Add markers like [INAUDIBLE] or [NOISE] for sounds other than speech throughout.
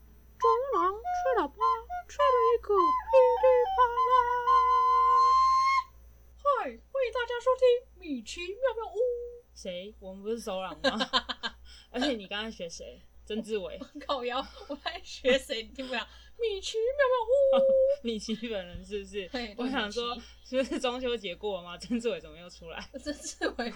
啊哎，我们不是首朗 [LAUGHS] 吗？而且你刚刚学谁？曾志伟、 [LAUGHS] 靠腰，我在学谁？你听不了？米奇妙妙屋。 [LAUGHS] 米奇本人是不是对？我想说米奇，是不是中秋节过了吗？曾志伟怎么又出来？ [LAUGHS] 曾志 [LAUGHS] 伟，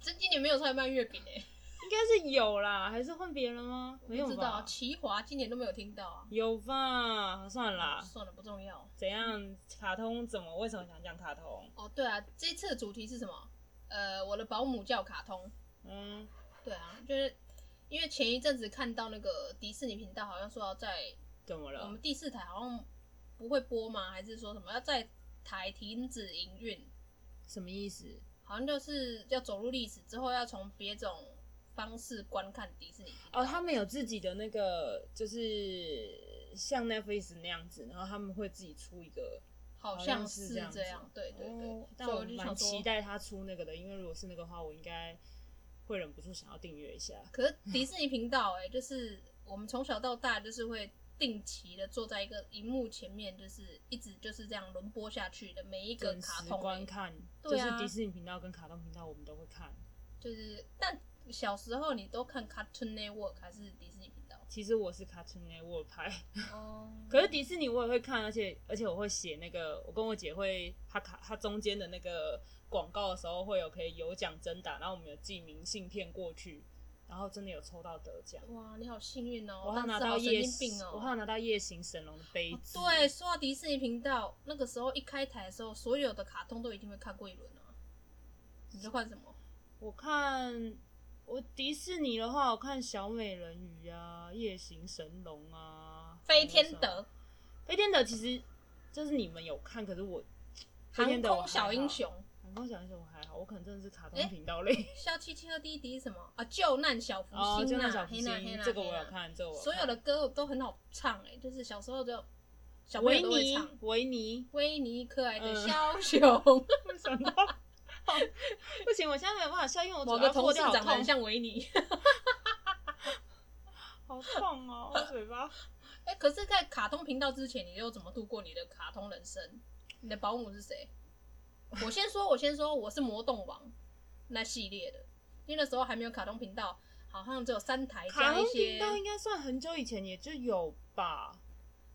这今年没有出来卖月饼哎、应该是有啦，还是换别人吗？ [LAUGHS] 没有不知道吧？齐华今年都没有听到啊。有吧？算啦，算了，不重要。怎样？卡通怎么？为什么想讲卡通？哦，对啊，这次的主题是什么？呃，我的保姆叫卡通。嗯，对啊，就是因为前一阵子看到那个迪士尼频道好像说要在怎么我了们？第四台好像不会播吗？还是说什么要在台停止营运？什么意思？好像就是要走入历史之后，要从别种方式观看迪士尼频道。哦，他们有自己的那个，就是像 Netflix 那样子，然后他们会自己出一个。好好像像是是这样子这样，对对对。哦但所以我我就蛮想说期，待他出那个的，因为如果是那个话，我应该会忍不住想要订阅一下。可是迪士尼频道哎、 [LAUGHS] 就是我们从小到大就是会定期的坐在一个荧幕前面，就是一直就是这样轮播下去的每一个准时卡通、观欸，看，就对啊是迪士尼频道跟卡通频道我们都会看。就是但小时候你都看 Cartoon Network 还是迪士尼频道？其实我是 Cartoon Network 拍，哦， [LAUGHS] 可是迪士尼我也会看，而且而且我会写那个，我跟我姐会，她卡她中间的那个广告的时候会有可以有奖征答，然后我们有寄明信片过去，然后真的有抽到得奖，哇，你好幸运哦！我还有拿但是到好神夜经病哦，我还有拿到夜行神龙的杯哦子，对，，说到迪士尼频道，那个时候一开台的时候，所有的卡通都一定会看过一轮啊。你在看什么？我看我迪士尼的话，我看小美人鱼啊，夜行神龙啊，飞天还有什么德、飞天德其实就是你们有看，可是我飞航天德我空小还英好，雄、航空小英雄我还好，我可能真的是卡诶通频道类。笑七七和弟弟什么啊？救难小福哦，星就啊，那小福黑娜黑星娜，，这个我有黑娜。看，这个我所有看的歌都很好唱哎，就是小时候就小朋维友都会尼唱。，维尼 [LAUGHS] 维尼可爱的嗯 [LAUGHS] 小熊，为什么？不行，我现在没有办法笑，因为我某嘴个巴同破事掉，长好得很痛，像维尼。好痛哦， [LAUGHS] 我嘴巴。 [LAUGHS] 哎，可是，在卡通频道之前，你又怎么度过你的卡通人生？你的保姆是谁？我先说，我先说，我是魔动王那系列的，因为那时候还没有卡通频道，好像只有三台卡加一通些频。道应该算很久以前也就有吧？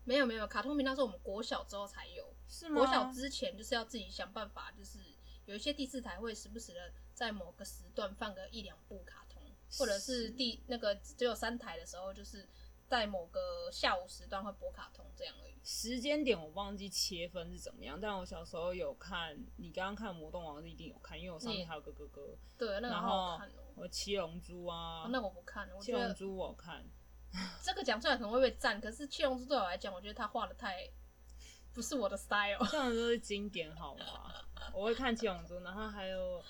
没有没有，卡通频道是我们国小之后才有，是吗？国小之前就是要自己想办法，就是有一些第四台会时不时的在某个时段放个一两部卡通，或者是第那个只有三台的时候，就是在某个下午时段会播卡通这样而已。时间点我忘记切分是怎么样，但我小时候有看，你刚刚看《魔动王》是一定有看，因为我上面嗯还有个哥哥，对，那个然好好后看哦。我七龙珠啊，哦那我不看了，我七觉龙得珠我有看，这个讲出来可能会被赞，可是七龙珠对我来讲，我觉得他画的太不是我 [LAUGHS] 的 style。这样就是经典好吗？我会看七龙珠，然后还有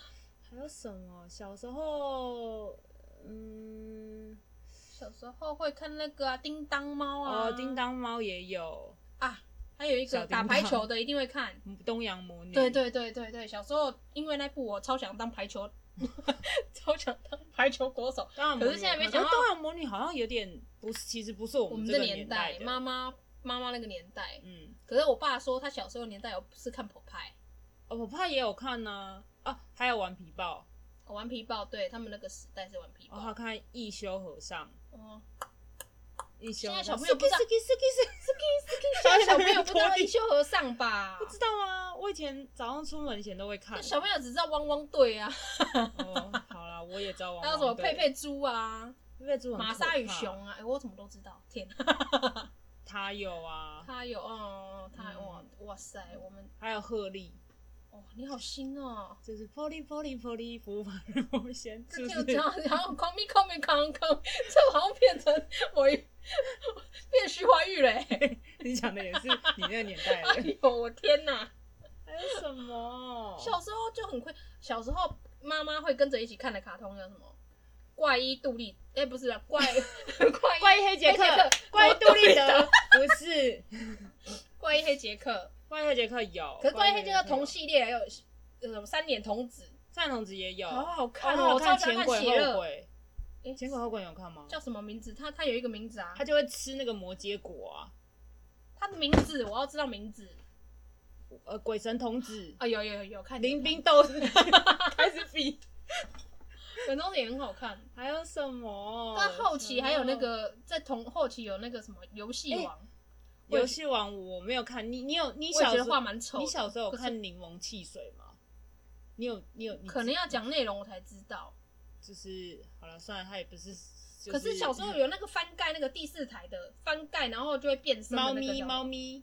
还有什么？小时候，嗯，小时候会看那个啊，叮当猫啊，哦，叮当猫也有，啊，还有一小个叮当打排球的一定会看。东洋魔女，对，对对对对，小时候因为那部我超想当排球， [LAUGHS] 超想当排球国手。当然，可是现在没想到东洋魔女好像有点不是，其实不是我我们们这这个年代代，的，妈妈妈妈那个年代，嗯，可是我爸说他小时候年代有是看跑派、哦，我怕也有看呢、啊，还有顽皮豹，哦顽皮豹，对他们那个时代是顽皮我还有豹。看一休和尚，哦，一休现在和小尚朋友不知道 Suki, [LAUGHS] Suki, Suki, Suki, Suki，小小朋友不知道脱一离休和尚吧？ [LAUGHS] 不知道吗？我以前早上出门前都会看，小朋友只知道汪汪队啊，哦，好啦，我也知道王还有什么佩佩猪啊、佩佩猪很可怕玛莎与，熊啊，哎、我怎么都知道？天，他有啊，他有哦，他、嗯哇哇塞，我们还有鹤立，哦，你好新哦，就是玻璃玻璃玻璃福马摩仙，是这不啊听我是讲？然后 call me call me call me, call me，这好像变成我一变徐怀钰嘞、 [LAUGHS] 你讲的也是你那个年代哎 [LAUGHS] 的。呦，我天哪！还有什么？小时候就很会，小时候妈妈会跟着一起看的卡通叫什么？怪医杜立，哎、不是啊，怪怪 [LAUGHS] 怪医黑杰克黑杰克，怪医杜立德，不是怪医黑杰克，怪哦医黑杰克有，可是怪医黑杰克有同系列还有有什么三眼童子，战童子也有，好好看哦哦，我我超看喜前欢看鬼邪后恶。鬼，诶前鬼后鬼有看吗？叫什么名字？他他有一个名字啊他，就会吃那个摩羯果啊，他的名字我要知道名字啊呃，鬼神童子、 [LAUGHS] 啊，有有有有看林，冰豆开始比本周也很好看。还有什么？但后期还有那个嗯在同后期有那个什么游戏王，游戏王我没有看，你你有哎你我也小觉时得画候蛮丑的。你小时候有可是看柠檬汽水吗？你有你有你可能要讲内容我才知道。就是好了，算了，他也不是。就可是小时候有那个翻盖那个第四台的翻盖，然后就会变身的猫那个咪叫猫咪，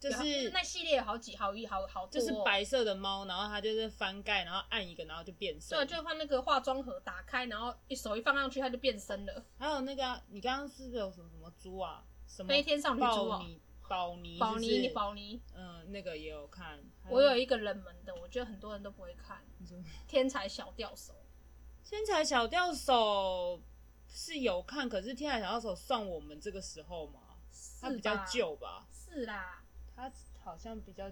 就对它是那系列有好几好一好好多就是哦白色的猫，然后它就是翻盖，然后按一个，然后就变身。对，啊就换那个化妆盒打开，然后一手一放上去，它就变身了。还有那个啊、你刚刚是不是有什么什么猪啊？什么飞天少女猪宝啊妮，宝妮，宝就是妮，宝妮，嗯，那个也有看。还我有一个冷门的，我觉得很多人都不会看，你说《天才小吊手》。天才小吊手是有看，可是天才小吊手算我们这个时候吗？是它比较吧，旧吧？是啦，它好像比较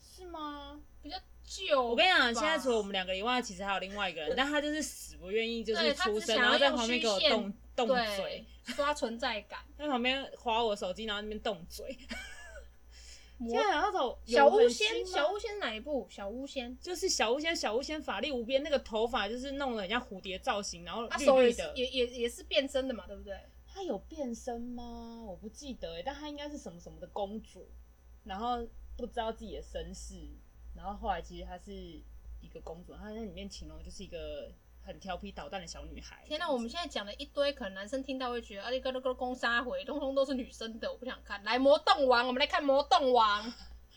是吗？比较旧吧。我跟你讲，现在除了我们两个以外，其实还有另外一个 [LAUGHS] 人，但他就是死不愿意，就对是他只出声，想然后要在用旁边虚给我线动动嘴对，刷存在 [LAUGHS] 感，在旁边划我手机，然后在那边动嘴。现魔在好像走小有巫很仙，新吗小巫仙哪一部？小巫仙，就是小巫仙，小巫仙法力无边，那个头发就是弄得很像蝴蝶造型，然后他绿手也绿是的。啊也也也是变身的嘛，对不对？她有变身吗？我不记得哎、但她应该是什么什么的公主，然后不知道自己的身世，然后后来其实她是一个公主，她在里面形容就是一个很调皮捣蛋的小女孩。天哪、哪，我们现在讲了一堆，可能男生听到会觉得啊，你个那个攻杀回，通通都是女生的，我不想看。来，魔动王，我们来看魔动 [LAUGHS] 王，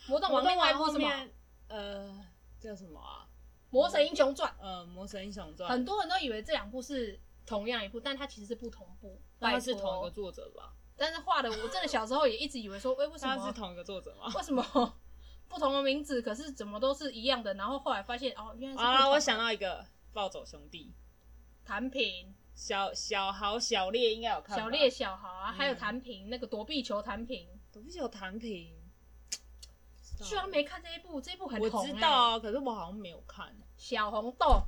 魔动魔王动另外一王部后是什么？啊面呃叫什么啊？魔神英雄传。呃，《魔神英雄传很》，多人都以为这两部是同样一部，但它其实是不同步。那拜他是托同一个，作者吧？但是画的我真的小时候也一直以为说，哎、为什他么是同一个作者吗？ [LAUGHS] 为什么不同的名字，可是怎么都是一样的？然后后来发现哦，原来是好啊啦，我想到到一个暴走兄弟，弹屏、小小豪、小烈应该有看吧。小烈、小豪啊，嗯还有弹屏、那个躲避球弹屏，我不是有弹屏，居然没看这一部，这一部很我红、欸。知道啊，可是我好像没有看。小红豆，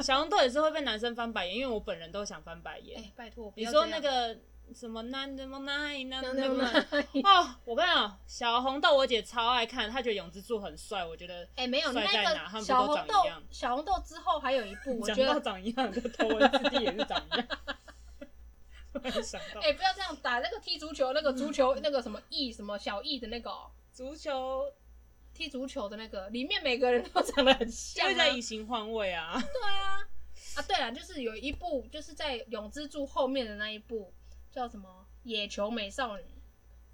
小红豆也是会被男生翻白眼，因为我本人都想翻白哎、眼。拜托，不你要说这那样个什么那那么那那那那那么那， [LAUGHS] 哦，我跟你讲，小红豆我姐超爱看，她觉得永之助很帅，我觉得哎、没有那帅在哪他个们不小都红长一豆样，小红豆之后还有一 [LAUGHS] 部，我讲觉到得长一样的头文字 D 也是长一样， [LAUGHS] 突然想到哎、不要这样打那个踢足球，那个 [LAUGHS] 足球那个什么翼什么小翼的那个、哦、足球踢足球的那个，里面每个人都长得很像、就啊。是在以形换位啊。啊，对了，就是有一部就是在永之助后面的那一部叫什么《野球美少女》，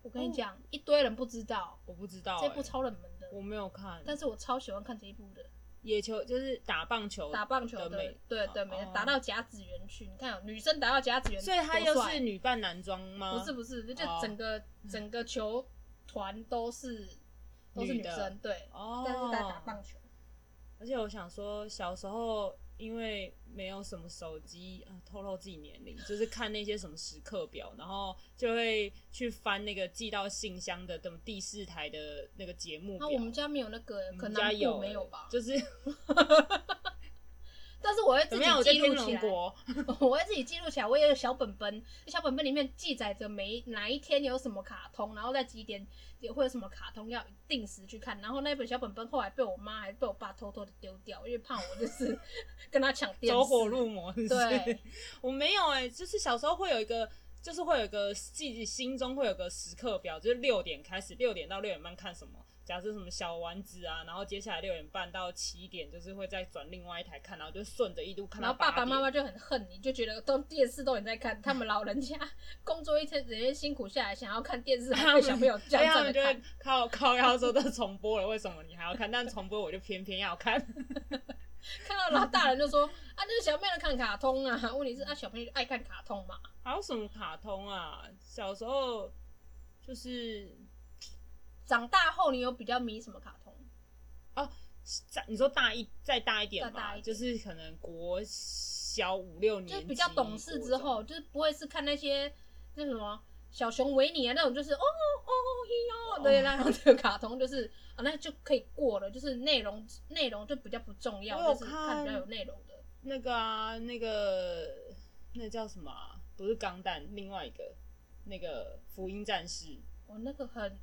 我跟哦你讲，一堆人不知道我不知道、这欸，部超冷门的，我没有看。但是我超喜欢看这一部的，野球就是打棒球，打棒球的，的哦美哦对对美，打到甲子园去，你看、哦、女生打到甲子园，所以他又多是帅女扮男装吗？不是不是，就哦整个、整个球团都是都是女女的生，对。哦，但是在打棒球。而且我想说，小时候因为没有什么手机、呃，透露自己年龄，就是看那些什么时刻表，然后就会去翻那个寄到信箱的什么第四台的那个节目那表。啊我们家没有那个，我可们能家南有部欸没有吧？就是但是我会自怎己么样？我在记天录龙起来，国， [LAUGHS] 我会自己记录起来。我也有小本本， [LAUGHS] 这小本本里面记载着每一哪一天有什么卡通，然后在几点也会有什么卡通要定时去看。然后那本小本本后来被我妈还是被我爸偷偷的丢掉，因为怕我就是 [LAUGHS] 跟他抢电视。走火入魔是不是？对，我没有哎、就是小时候会有一个，就是会有一个自己心中会有个时刻表，就是六点开始，六点到六点半看什么。假设什么小丸子啊，然后接下来六点半到七点，就是会再转另外一台看，然后就顺着一路看然到后爸爸8点妈妈就很恨你，就觉得都电视都有在看，他们老人家工作一天，人家辛苦下来，想要看电视，还被小朋友所 [LAUGHS] 叫以他上们来哎啊就看会。靠靠腰说这重播了，为什么你还要看？但重播我就偏偏要看， [LAUGHS] 看到老大人就说啊，那是小朋友看卡通啊。问题是啊，小朋友就爱看卡通嘛。还有什么卡通啊？小时候就是长大后你有比较迷什么卡通？再你说大一再大一点再大嘛，一点就是可能国小五六年就级是比较懂事之后，国中就是不会是看那些那什么小熊维尼啊那种，就是哦哦嘿哟哦对那种的卡通，就是啊那就可以过了，就是内容内容就比较不重我有要，就是看比较有内容的。那个啊，那个那叫什么啊、不是钢弹，另外一个那个福音战士，我、哦那个很。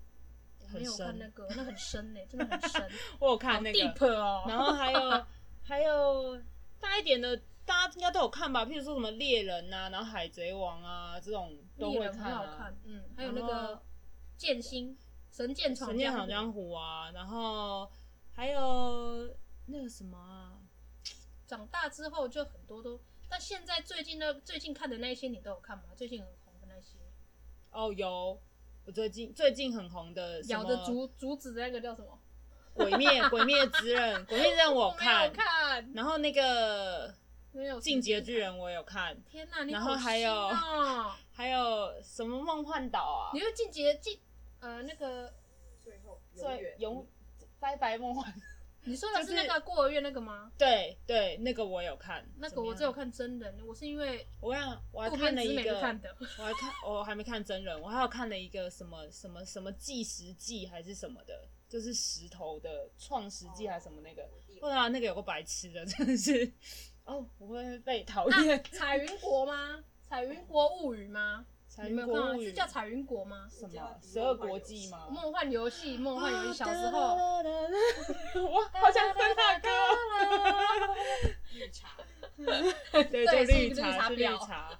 我没有很深看那个，那很深呢、真的很深， [LAUGHS] 哦我有看那个， deep 哦。然后还有还有大一点的，大家应该都有看吧？譬如说什么猎人啊，然后海贼王啊这种都猎会人很好啊。看，嗯，还有那然个后剑心神剑神闯剑江闯湖，江湖啊，然后还有那个什么啊，长大之后就很多都，但现在最近的最近看的那一些你都有看吗？最近很红的那些，哦有，我最近最近很红的什咬么着竹竹子的那个叫什么？鬼灭鬼灭之刃，鬼灭之刃我有 [LAUGHS] 我没看有，看，然后那个没有进阶巨。人我有看，天哪，你然好后还有新哦还有什么梦幻岛啊你？是进阶进呃那个，最后对，永拜拜梦幻，你说的就是是那个孤儿院那个吗？对对，那个我有看，那怎个么我样只有看真人，我是因为我想我还渡看边了直一美个就，[LAUGHS] 看的。我还看我还没看真人，我还有看了一个什么什么什么计时计还是什么的，就是石头的创世纪还是什么那个，不然啊那个有个白痴的，真的是哦，我会被讨厌。彩云国吗？彩云国物语吗？彩你云们有看国吗？物是语叫彩云国吗？ [LAUGHS] 什么十二国际吗？梦幻游戏，梦幻游戏，小时啊候。，哒哒哒我好想唱那歌。绿茶， [LAUGHS] 对，对就是绿绿茶茶是绿婊茶。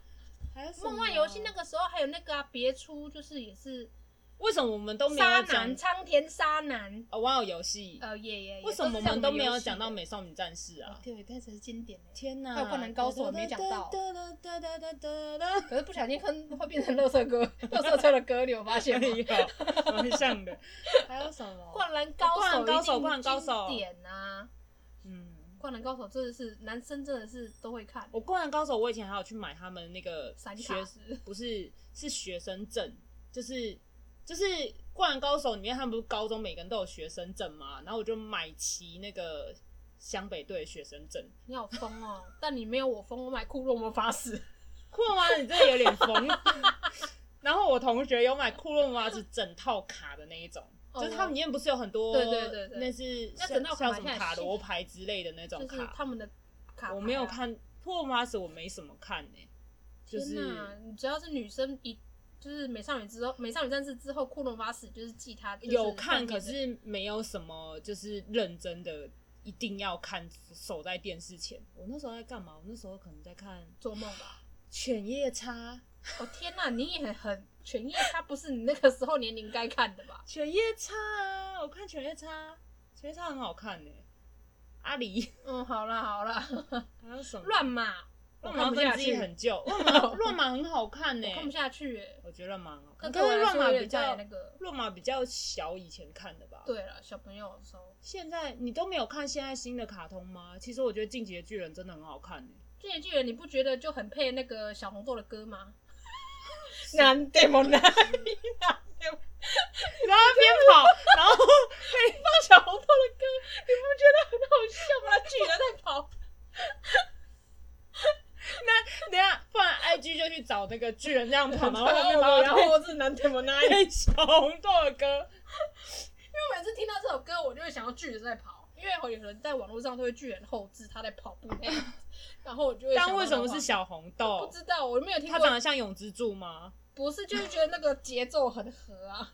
还有什么梦幻游戏那个时候还有那个啊，别出就是也是为什么我们都没沙有讲男，苍田沙男，哦，玩偶游戏？呃也也，也为什么我们都没有讲到都是美少女战士在我啊们游戏？哦对，但是是经典的。天哪！还有灌篮高手我没讲到可是不小心坑会变成乐色歌， [LAUGHS] 乐色车的歌，你有发现吗 [LAUGHS] 没？有，哎蛮像的。还有什么？灌篮高手，哦灌篮高手灌篮高手点啊！嗯，灌篮高手真的是男生真的是都会看，我灌篮高手，我以前还有去买他们那个闪卡学，不是是学生证，就是就是灌篮高手里面他们不是高中每个人都有学生证嘛，然后我就买齐那个湘北队的学生证。你好疯哦！但你没有我疯，我买库洛魔法 [LAUGHS] 使，库洛马你真的有点疯。 [LAUGHS] 然后我同学有买库洛马是整套卡的那一种，哦就是他们里面不是有很多，对对对对那是那像整套卡像什么现在卡罗牌之类的那种就是卡。他们的卡牌啊。我没有看库洛马是我没什么看呢、就天哪是！你只要是女生一就是美少女之后，美少女战士之后，库洛魔法使就是记他就是有看，上面可的是没有什么就是认真的一定要看，守在电视前。我那时候在干嘛？我那时候可能在看《做梦吧。犬夜叉》。哦天哪，你也很很犬夜，他不是你那个时候年龄该看的吧？犬夜叉啊，我看犬夜叉，犬夜叉很好看呢、阿狸嗯，好啦好啦，还有什么？ [LAUGHS] 乱码，我乱看麻不跟下自己去，很 [LAUGHS] 旧，乱麻乱麻很好看呢、我看不下去耶。我觉得乱麻很好那看，对我可是来乱说麻有比点在较那个。乱麻比较小，以前看的吧。，对了，小朋友的时候，现在你都没有看现在新的卡通吗？其实我觉得《进击的巨人》真的很好看呢、这些巨人你不觉得就很配那个小红豆的歌吗？ [LAUGHS] 难得吗？ [LAUGHS] 然难后边跑，然后小红豆的歌，你不觉得很好笑吗？巨人在 [LAUGHS] 跑，等一下，不然 IG 就去找那个巨人这样 [LAUGHS] 跑，然后后面把我然然后后我是难得吗？难因为配小红豆的歌。每次听到这首歌，我就会想到巨人在跑，因为有人在网络上都会巨人后置他在跑步 [LAUGHS] 那样子，然后我就会想到但那个为画面。什么是小红不豆？知道，我没有听它长过。得像永之助 [LAUGHS] 吗？不是，就是觉得那个节奏很合啊。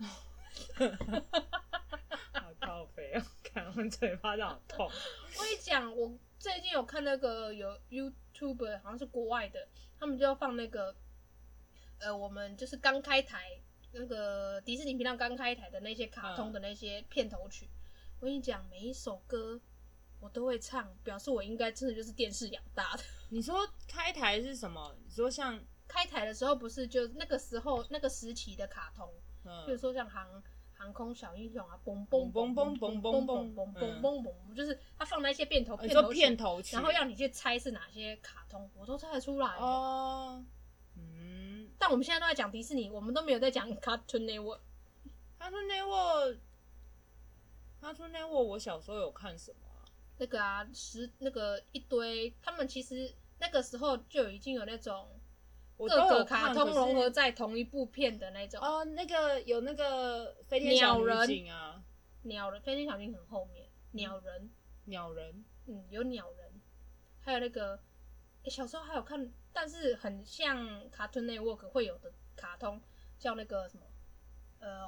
好靠背哦，看我嘴巴上好痛。我跟你讲，我最近有看那个有 YouTube，好像是国外的，他们就要放那个，呃，我们就是刚开台那个迪士尼频道刚开台的那些卡通的那些片头曲。我跟你讲，每一首歌我都会唱，表示我应该真的就是电视养大的。 [LAUGHS] [LAUGHS] 你说开台是什么？你说像开台的时候不是就那个时候那个时期的卡通，比嗯，如说像航航空小英雄啊，嘣嘣嘣嗯嘣嘣嘣嘣嘣嘣嘣嘣嘣嘣嘣嘣嘣嘣嘣嘣，就是他放那些片头哦你片说头片曲。头曲，然后让你去猜是哪些卡通，我都猜得出来。哦，哦，嗯，但我们现在都在讲迪士尼，我们都没有在讲 [LAUGHS] Cartoon Network。他说那我，他说那我我小时候有看什么啊？那个啊，十那个一堆，他们其实那个时候就已经有那种我各都有个看卡通融合。可是在同一部片的那种。哦，那个有那个飞天小鸟女人警啊，鸟人，飞天小精很后面，嗯鸟人，鸟人，嗯，有鸟人，还有那个、诶小时候还有看，但是很像 Cartoon Network 会有的卡通，叫那个什么，呃，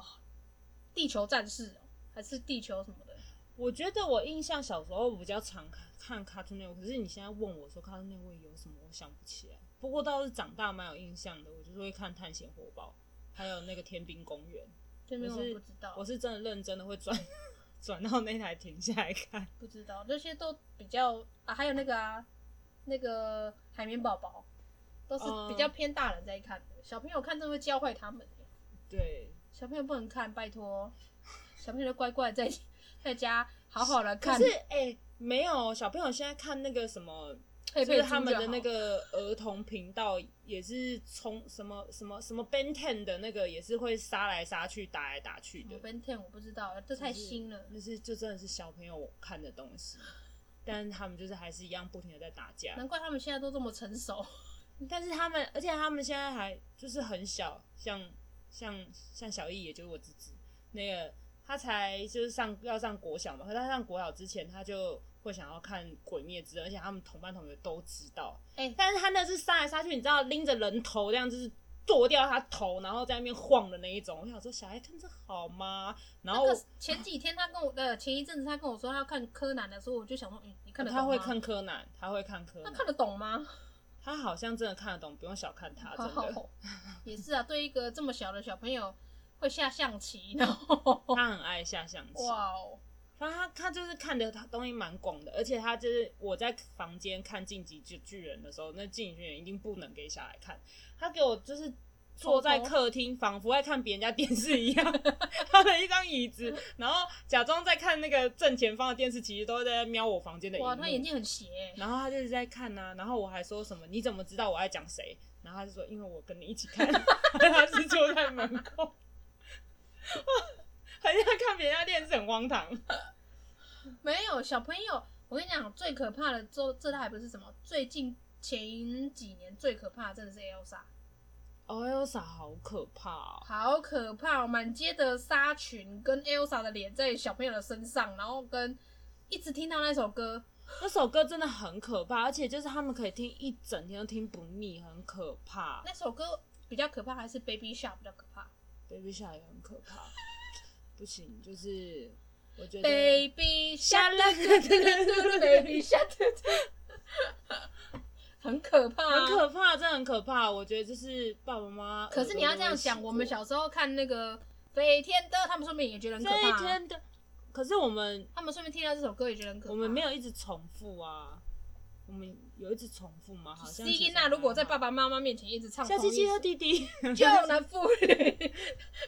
地球战士哦、还是地球什么的。我觉得我印象小时候比较常看看 Cartoon Network，可是你现在问我说 Cartoon Network 有什么，我想不起来。不过倒是长大蛮有印象的，我就是会看《探险火爆》，还有那个《天兵公园》。这边我我是不知道，我是真的认真的会转 [LAUGHS] 转到那台停下来看。不知道，那些都比较啊，还有那个啊，那个海绵宝宝，都是哦比较偏大人在看的，小朋友看真的会教坏他们耶。对，小朋友不能看，拜托，小朋友就乖乖在 [LAUGHS] 在家好好的可看是哎、没有小朋友现在看那个什么。佩就是佩他猪们就的好那个儿童频道也是从什么什么什么 Ben Ten 的那个也是会杀来杀去、打来打去什么的， Ben Ten 我不知道，这太新了。就是就真的是小朋友看的东西。但他们就是还是一样不停的在打架，难怪他们现在都这么成熟，哦但是他们，而且他们现在还就是很小，像像像小易，也就是我侄子，那个他才就是上要上国小嘛，可是他上国小之前他就会想要看《鬼灭之刃》，而且他们同班同学都知道，哎但是他那是杀来杀去，你知道拎着人头这样就是。剁掉他头，然后在那边晃的那一种，我想说小孩看这好吗？然后那个前几天他跟我呃前一阵子他跟我说他要看柯南的时候，我就想说，嗯，你看得懂啊他吗？会看，柯南，他会看柯他南，看得懂吗？他好像真的看得懂，不用小看他，啊真的，好，也是啊，对一个这么小的小朋友会下象棋，[LAUGHS] 然后他很爱下象棋。哦哇哦，反正他他就是看的他东西蛮广的，而且他就是我在房间看《进击巨巨人》的时候，那《进击巨人》一定不能给小孩看，他给我就是坐在客厅，仿佛在看别人家电视一 [LAUGHS] 样，他的一张椅子，然后假装在看那个正前方的电视，其实都在瞄我房间的哇，荧幕他眼睛很斜欸，然后他就一直在看呐、然后我还说什么你怎么知道我在讲谁？然后他就说因为我跟你一起看，他是坐在门口，哇很像看别人家电视很荒唐。没有小朋友，我跟你讲，最可怕的这这他还不是什么，最近前几年最可怕的真的是 Elsa，哦，Elsa 好可怕、哦！好可怕、哦，满街的纱裙跟 Elsa 的脸在小朋友的身上，然后跟一直听到那首歌，那首歌真的很可怕，而且就是他们可以听一整天都听不腻，很可怕。那首歌比较可怕还是 Baby Shark 比较可怕 Baby Shark 也很可怕，不行，就是我觉得？Baby Shark。 Shark [LAUGHS] 很可怕、啊，很可怕，真的很可怕。我觉得就是爸爸妈妈。可是你要这样想，我们小时候看那个《飞天的》，他们说不定也觉得很可这一怕、啊。天的，可是我们他们顺便听到这首歌也觉得很可怕。我们没有。有一直重复啊，我们有一直重复吗？好像 C 其实啊音娜如果在还好爸爸妈妈面前一直唱小鸡同一鸡和首，弟弟，救男妇女，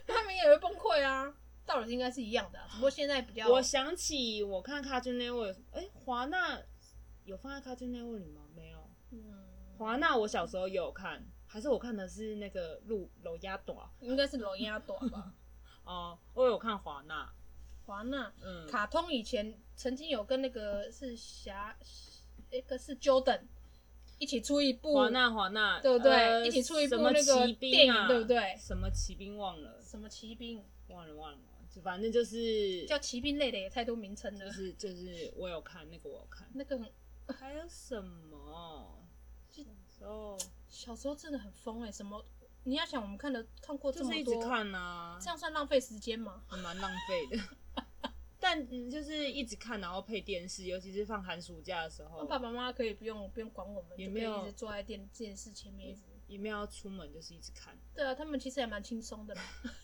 他们也会崩溃啊。道理应该是一样的啊、只不过现在比较 [LAUGHS] 我想起我看 Cartoon Network，哎、华纳有放在 Cartoon Network 里吗？没有。嗯，华纳我小时候也有看，还是我看的是那个路楼鸭短应该是龙鸭短 [LAUGHS] 吧。哦，我有看华纳，华纳嗯，卡通以前曾经有跟那个是侠，那个是 Jordan 一起出一部华纳华纳，对不对呃一起出一什部么那个骑兵电影啊对不对什么骑兵忘了，什么骑兵，忘了忘了，就反正就是叫骑兵类的也太多名称就了。是就是我有看那个我有看，那个很还有什么？哦，小时候真的很疯哎、什么？你要想我们看的看过这就么是一直多，看啊，这样算浪费时间吗？还蛮浪费的。 [LAUGHS] 但嗯就是一直看，然后配电视，尤其是放寒暑假的时那候，爸爸妈妈可以不用不用管我们，哦也就没可以有一直坐在电电视前面一直。也没有要出门，就是一直看。对啊，他们其实也蛮轻松的啦， [LAUGHS]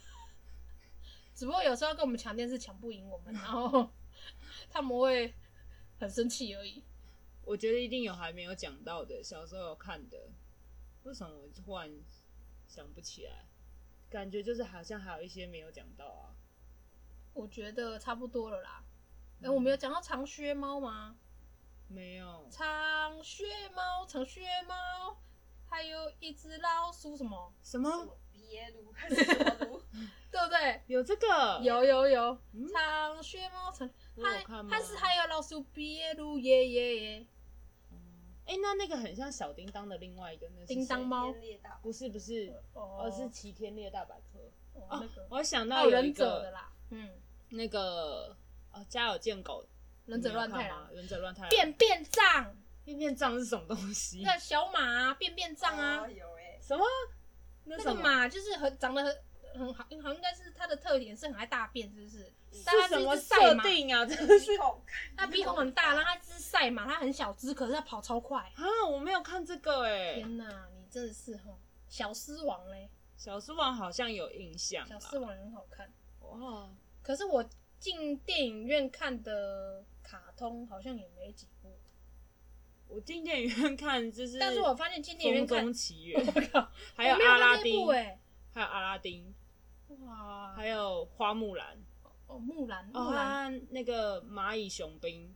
只不过有时候跟我们抢电视抢不赢我们，然后 [LAUGHS] 他们会很生气而已。我觉得一定有还没有讲到的，小时候有看的，为什么我突然想不起来？感觉就是好像还有一些没有讲到啊。我觉得差不多了啦。哎、我们有讲到长靴猫吗？没有，长靴猫，长靴猫，还有一只老鼠，什么？什什么么别撸还是什么撸？对不对？有这个？有有有嗯，长靴猫长，我有还看吗还是还有老鼠鳖撸耶耶耶，哎、那那个很像小叮当的另外一个，那是叮当谁猫天裂大不是不是，哦而是齐天烈大百科。哦哦那个，我想还到有有一忍者的个啦，嗯，那个哦，家有贱狗，忍者你有乱太看吗郎，忍者乱太郎便便杖，便便杖是什么东西？那小马啊便便杖啊哦，有 [LAUGHS] 哎，什么？那那什个么？马就是很长得很很好，好像应该是它的特点是很爱大便，是不是？但它是什一么只赛设马，定啊？真的鼻是 [LAUGHS] 孔，它鼻孔很大，然后它只是赛马，它很小只，可是它跑超快。啊，我没有看这个哎、天哪，你真的是吼小狮王嘞，小狮王好像有印象小啦。狮王很好看。哇，可是我进电影院看的卡通好像也没几部，我进电影院看就是，但是我发现进电影风院中，看奇缘》，还我没阿有拉看这一丁部，哎，还有阿拉丁，哇，还有花木兰，哦木兰木哦，兰，还有那个蚂蚁雄兵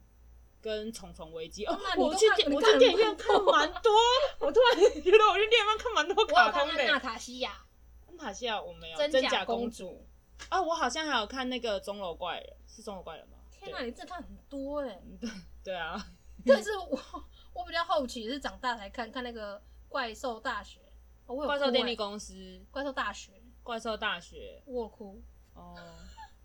跟虫虫危机。哦哦那，你我都去看电你我看去很电影院多看蛮多， [LAUGHS] 我突然觉得我去电影院看蛮多我卡有看通看娜的。塔西亚，塔西亚我没有，真真假假公公主。哦，我好像还有看那个钟楼怪人，是钟楼怪人吗？天啊哪，你真的看很多哎。对啊，但是我我比较好奇是长大才看看那个怪兽大学，哦我有怪哭兽欸电力公司、怪兽大学，怪兽大学，我有哭。哦，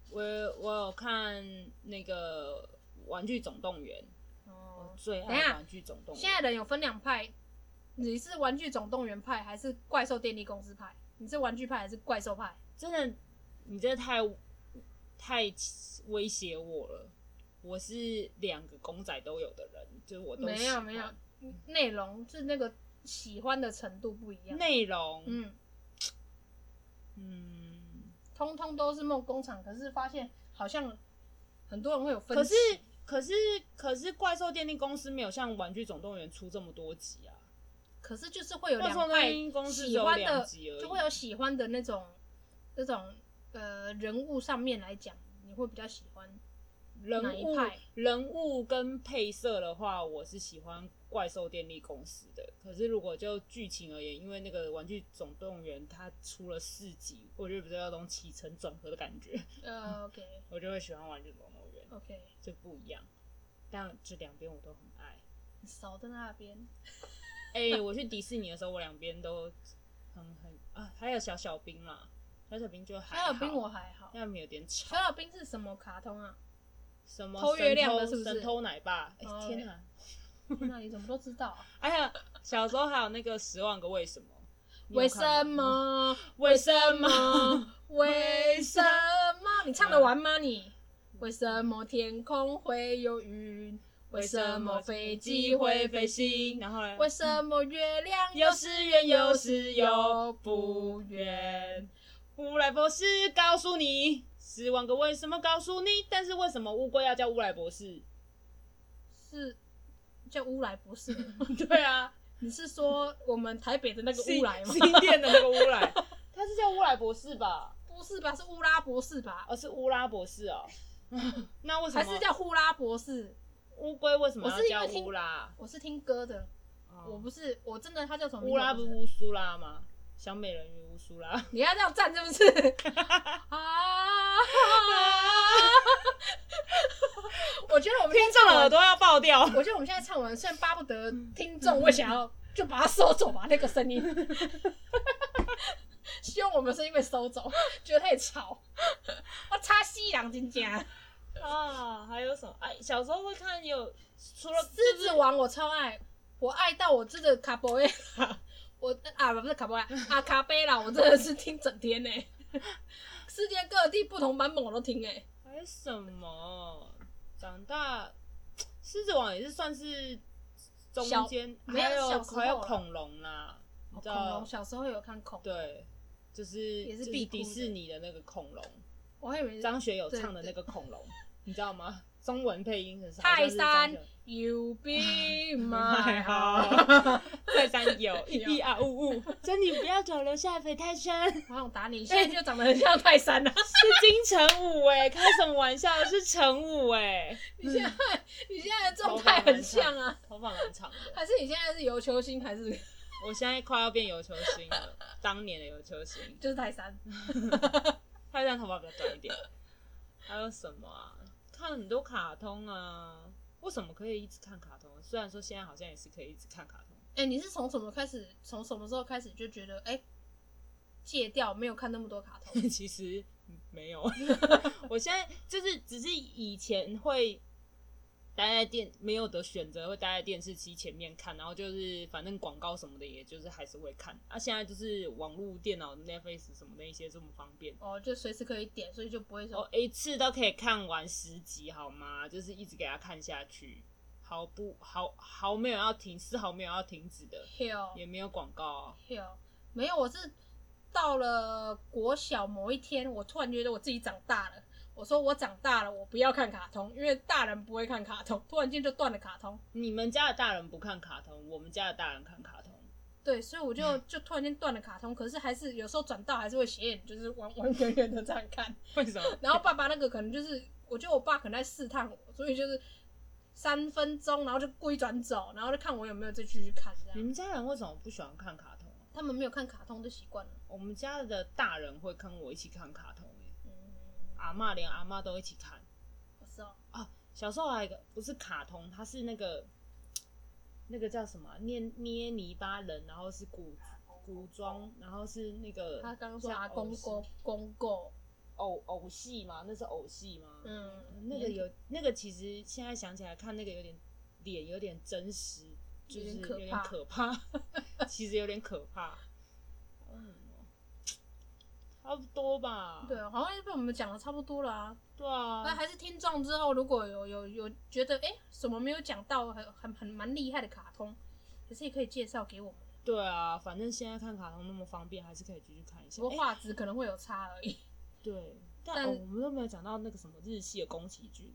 我我有看那个《玩具总动员》，我哦，最等一爱《下玩具总动员现》。在人有分两派，你是玩具总动员派还是怪兽电力公司派？你是玩具派还是怪兽派？真的，你这太太威胁我了。我是两个公仔都有的人，就是我都没喜有欢没有，嗯内容是那个喜欢的程度不一样。内容，嗯嗯，通通都是梦工厂，可是发现好像很多人会有分可歧。是可是可是怪兽电力公司没有像《玩具总动员》出这么多集啊。可是就是会有怪两兽派电力公司只喜有欢两的，集而已，就会有喜欢的那种那种呃人物上面来讲，你会比较喜欢哪人一物派人物跟配色的话，我是喜欢怪兽电力公司的。可是如果就剧情而言，因为那个《玩具总动员》它出了四集，我就比较有种起承转合的感觉，呃 OK 我就会喜欢《玩具总动员》， OK，就不一样。但这两边我都很爱。你少在那边哎、我去迪士尼的时候，我两边都很很啊，还有小小兵啦，小小兵就还小好小兵我还好，那没有点吵小。小兵是什么卡 [LAUGHS] 通啊？什么偷月亮的神偷是不是神偷奶爸？哎、哦天哪！那你怎么都知道啊？哎呀，小时候还有那个《十万个为什么》，你有为看什吗？么？ [LAUGHS] 为什什么？么？为什么？你唱得完吗你？嗯为什么天空会有云？为什么飞机会飞行？然后呢？为什么月亮有有时圆，有时又不圆。乌来博士告诉你十万个为什么，告诉你，但是为什么乌龟要叫乌来博士？ [LAUGHS] 是叫乌来 [LAUGHS] 不是？对啊，你是说我们台北的那个乌来吗？新 [LAUGHS] 新店的那个乌来， [LAUGHS] 他是叫乌来博士吧？不是吧？是乌拉博士吧？哦，是乌拉博士哦。 [LAUGHS] 那为什还么是叫呼拉博士？乌龟为什么我是因要为叫听乌拉？我是听歌的，哦我不是，我真的他叫什么名字？乌拉我不不是知道乌苏拉吗？小美人鱼乌苏拉，你要这样站是不是？啊！ [LAUGHS] 我觉得我 [LAUGHS] 们听现在众唱的耳完，朵要爆掉。我觉得我们现在唱完，虽然巴不得听众会想要就把它收走吧，那个声音。希望我们声音被收走，觉得太吵。我插西洋金家，啊，还有什么？哎，小时候会看有，除了狮子王我超爱，我爱到我真的卡波耶，我啊不是卡波耶，啊卡贝拉，我真的是听整天呢、世界各地不同版本我都听哎、还有什么？长大，狮子王也是算是中间，小没有还有小时候还有啦恐龙啦，你知恐道龙？小时候有看恐，对，就是也是就必哭迪的士尼的那个恐龙，我还以为张学友唱的那对对个恐龙，你知道吗？中文配音很少。泰好像山是张学友，You [LAUGHS] be [LAUGHS] 太 my 好 heart，， [LAUGHS] 泰山 [LAUGHS] 有一一啊呜呜，真你不要走，留下陪泰山。是我想打你，现在就长得很像泰山了、啊。金城武哎、开什么玩笑？是陈武哎、你现在 [LAUGHS] 你现嗯在的状态很像啊，头发蛮长的。还是你现在是游球星，还是，我现在快要变尤秋星了，当年的尤秋星就是泰山？泰山头发比较短一点。还有什么啊？看很多卡通啊，为什么可以一直看卡通？虽然说现在好像也是可以一直看卡通，哎、你是从什么开始？从什么时候开始就觉得哎、戒掉没有看那么多卡通？其 [LAUGHS] 实没有，我现在就是只是以前会待在电没有得选择，会待在电视机前面看，然后就是反正广告什么的，也就是还是会看。啊，现在就是网络、电脑、Netflix 什么的一些这么方便，哦，就随时可以点，所以就不会哦说，一次都可以看完十集好吗？就是一直给他看下去，毫不毫毫没有要停，丝毫没有要停止的， hell 也没有广告啊、 hell，没有，我是到了国小某一天，我突然觉得我自己长大了。我说我长大了，我不要看卡通，因为大人不会看卡通。突然间就断了卡通，你们家的大人不看卡通，我们家的大人看卡通。对，所以我就嗯就突然间断了卡通。可是还是有时候转到还是会斜眼，就是完完全全的这样看。 [LAUGHS] 为什么？然后爸爸那个可能就是，我觉得我爸可能在试探我，所以就是三分钟，然后就故意转走，然后就看我有没有再继续看这你样。们家人为什么不喜欢看卡通啊、他们没有看卡通的习惯了。我们家的大人会跟我一起看卡通、欸，嗯，阿嬷连阿嬷都一起看。我知道，小时候还有一个不是卡通，它是那个那个叫什么啊捏捏泥巴人，然后是古古装，然后是那个他刚刚说像阿公偶戏公公公，偶偶戏嘛，那是偶戏吗？嗯，那个有那个其实现在想起来看那个有点脸有点真实，就有是点有可点怕可 [LAUGHS] 怕，其实有点可怕。嗯，差不多吧。对，啊好像被我们讲的差不多了啊。对啊，那还是听众之后，如果有有有觉得哎、诶什么没有讲到很很很蛮厉害的卡通，可是也可以介绍给我们，对啊，反正现在看卡通那么方便，还是可以继续看一只下。不哎过画质可能会有差而已。对，但但哦我们都没有讲到那个什么日系的宫崎骏，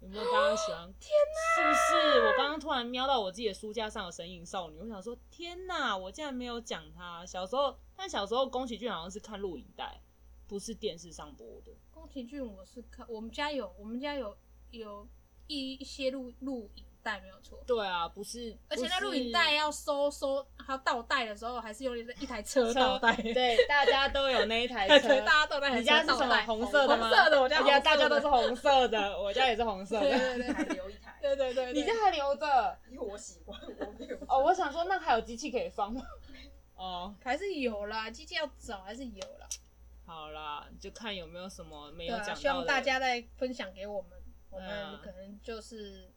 有哦没有大家喜欢？天哪！是不是？我刚刚突然瞄到我自己的书架上有《神隐少女》，我想说，天哪！我竟然没有讲他。小时候，但小时候宫崎骏好像是看录影带，不是电视上播的。宫崎骏我是看，我们家有我们家有有一一些录录影带没有错，对啊，不是，而且那不录是影带啊要收收还有倒带的时候，还是用一一台车倒带。 [LAUGHS] 对，大家都有那一 [LAUGHS] 台对，车。大家倒带，你家是倒什么带红色的吗？红色的，我家而红色且的大家都是红色的，我家也是红色 [LAUGHS] 对的。对对还留一台，对对对，你家对还留着？因为我喜欢，我没有。哦，我想说，那还有机器可以放吗？哦，还是有啦，机器要找还是有啦。好啦，就看有没有什么没对有啊，讲希到望的。大家再分享给我们，我嗯们可能就是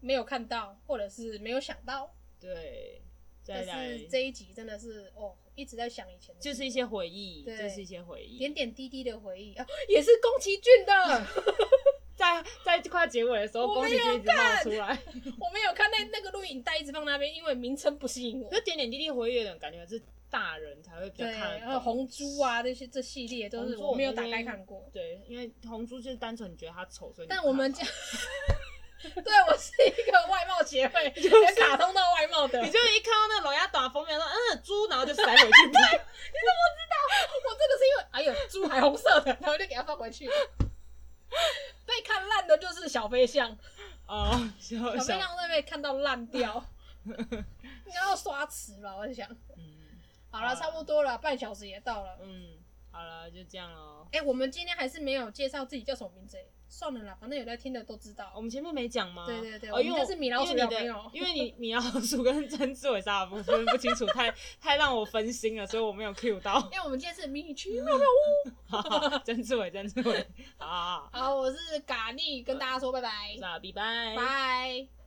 没有看到，或者是没有想到，对，再但来是这一集真的是哦，一直在想以前的事，就是一些回忆，对就是一些回忆。点点滴滴的回忆啊，也是宫崎骏的。 [LAUGHS] 在在快结尾的时候，我宫没崎有骏一直冒出来，我没有看那那个录影带一直放那边，因为名称不 [LAUGHS] 吸引我可。是点点滴滴回忆有点感觉是大人才会比较对，看得懂。还有红猪啊这些这系列都红是猪我没有打我开们看过。对，因为红猪就是单纯你觉得它丑，所以你但不我看们嘛家， [LAUGHS] 对我是一个外貌 [LAUGHS] 协会，连 [LAUGHS] 卡通到外貌的，你就一看到那个龙牙短封面说嗯猪，然后就塞回去。 [LAUGHS] 我真的是因为，哎呦，猪还红色的，然后就给它放回去。被看烂的就是小飞象，哦，小小飞小象会被看到烂掉，应该要刷瓷吧？我在想，嗯好好了，啦差不多了，半小时也到了。嗯，好了，就这样喽。哎、我们今天还是没有介绍自己叫什么名字、哎算了啦，反正有在听的都知道。我们前面没讲吗？对对对哦、我们因为这是米老因鼠为你有的没有因为 [LAUGHS] 你米老鼠跟曾志伟啥我分不清楚，太太让我分心了，所以我没有 cue 到。 [LAUGHS] 因为我们今天是迷你区嗯妙妙曾志伟，曾志伟，好好，好屋。好，我是咖喱，跟大家说拜拜是，啊，比拜。拜。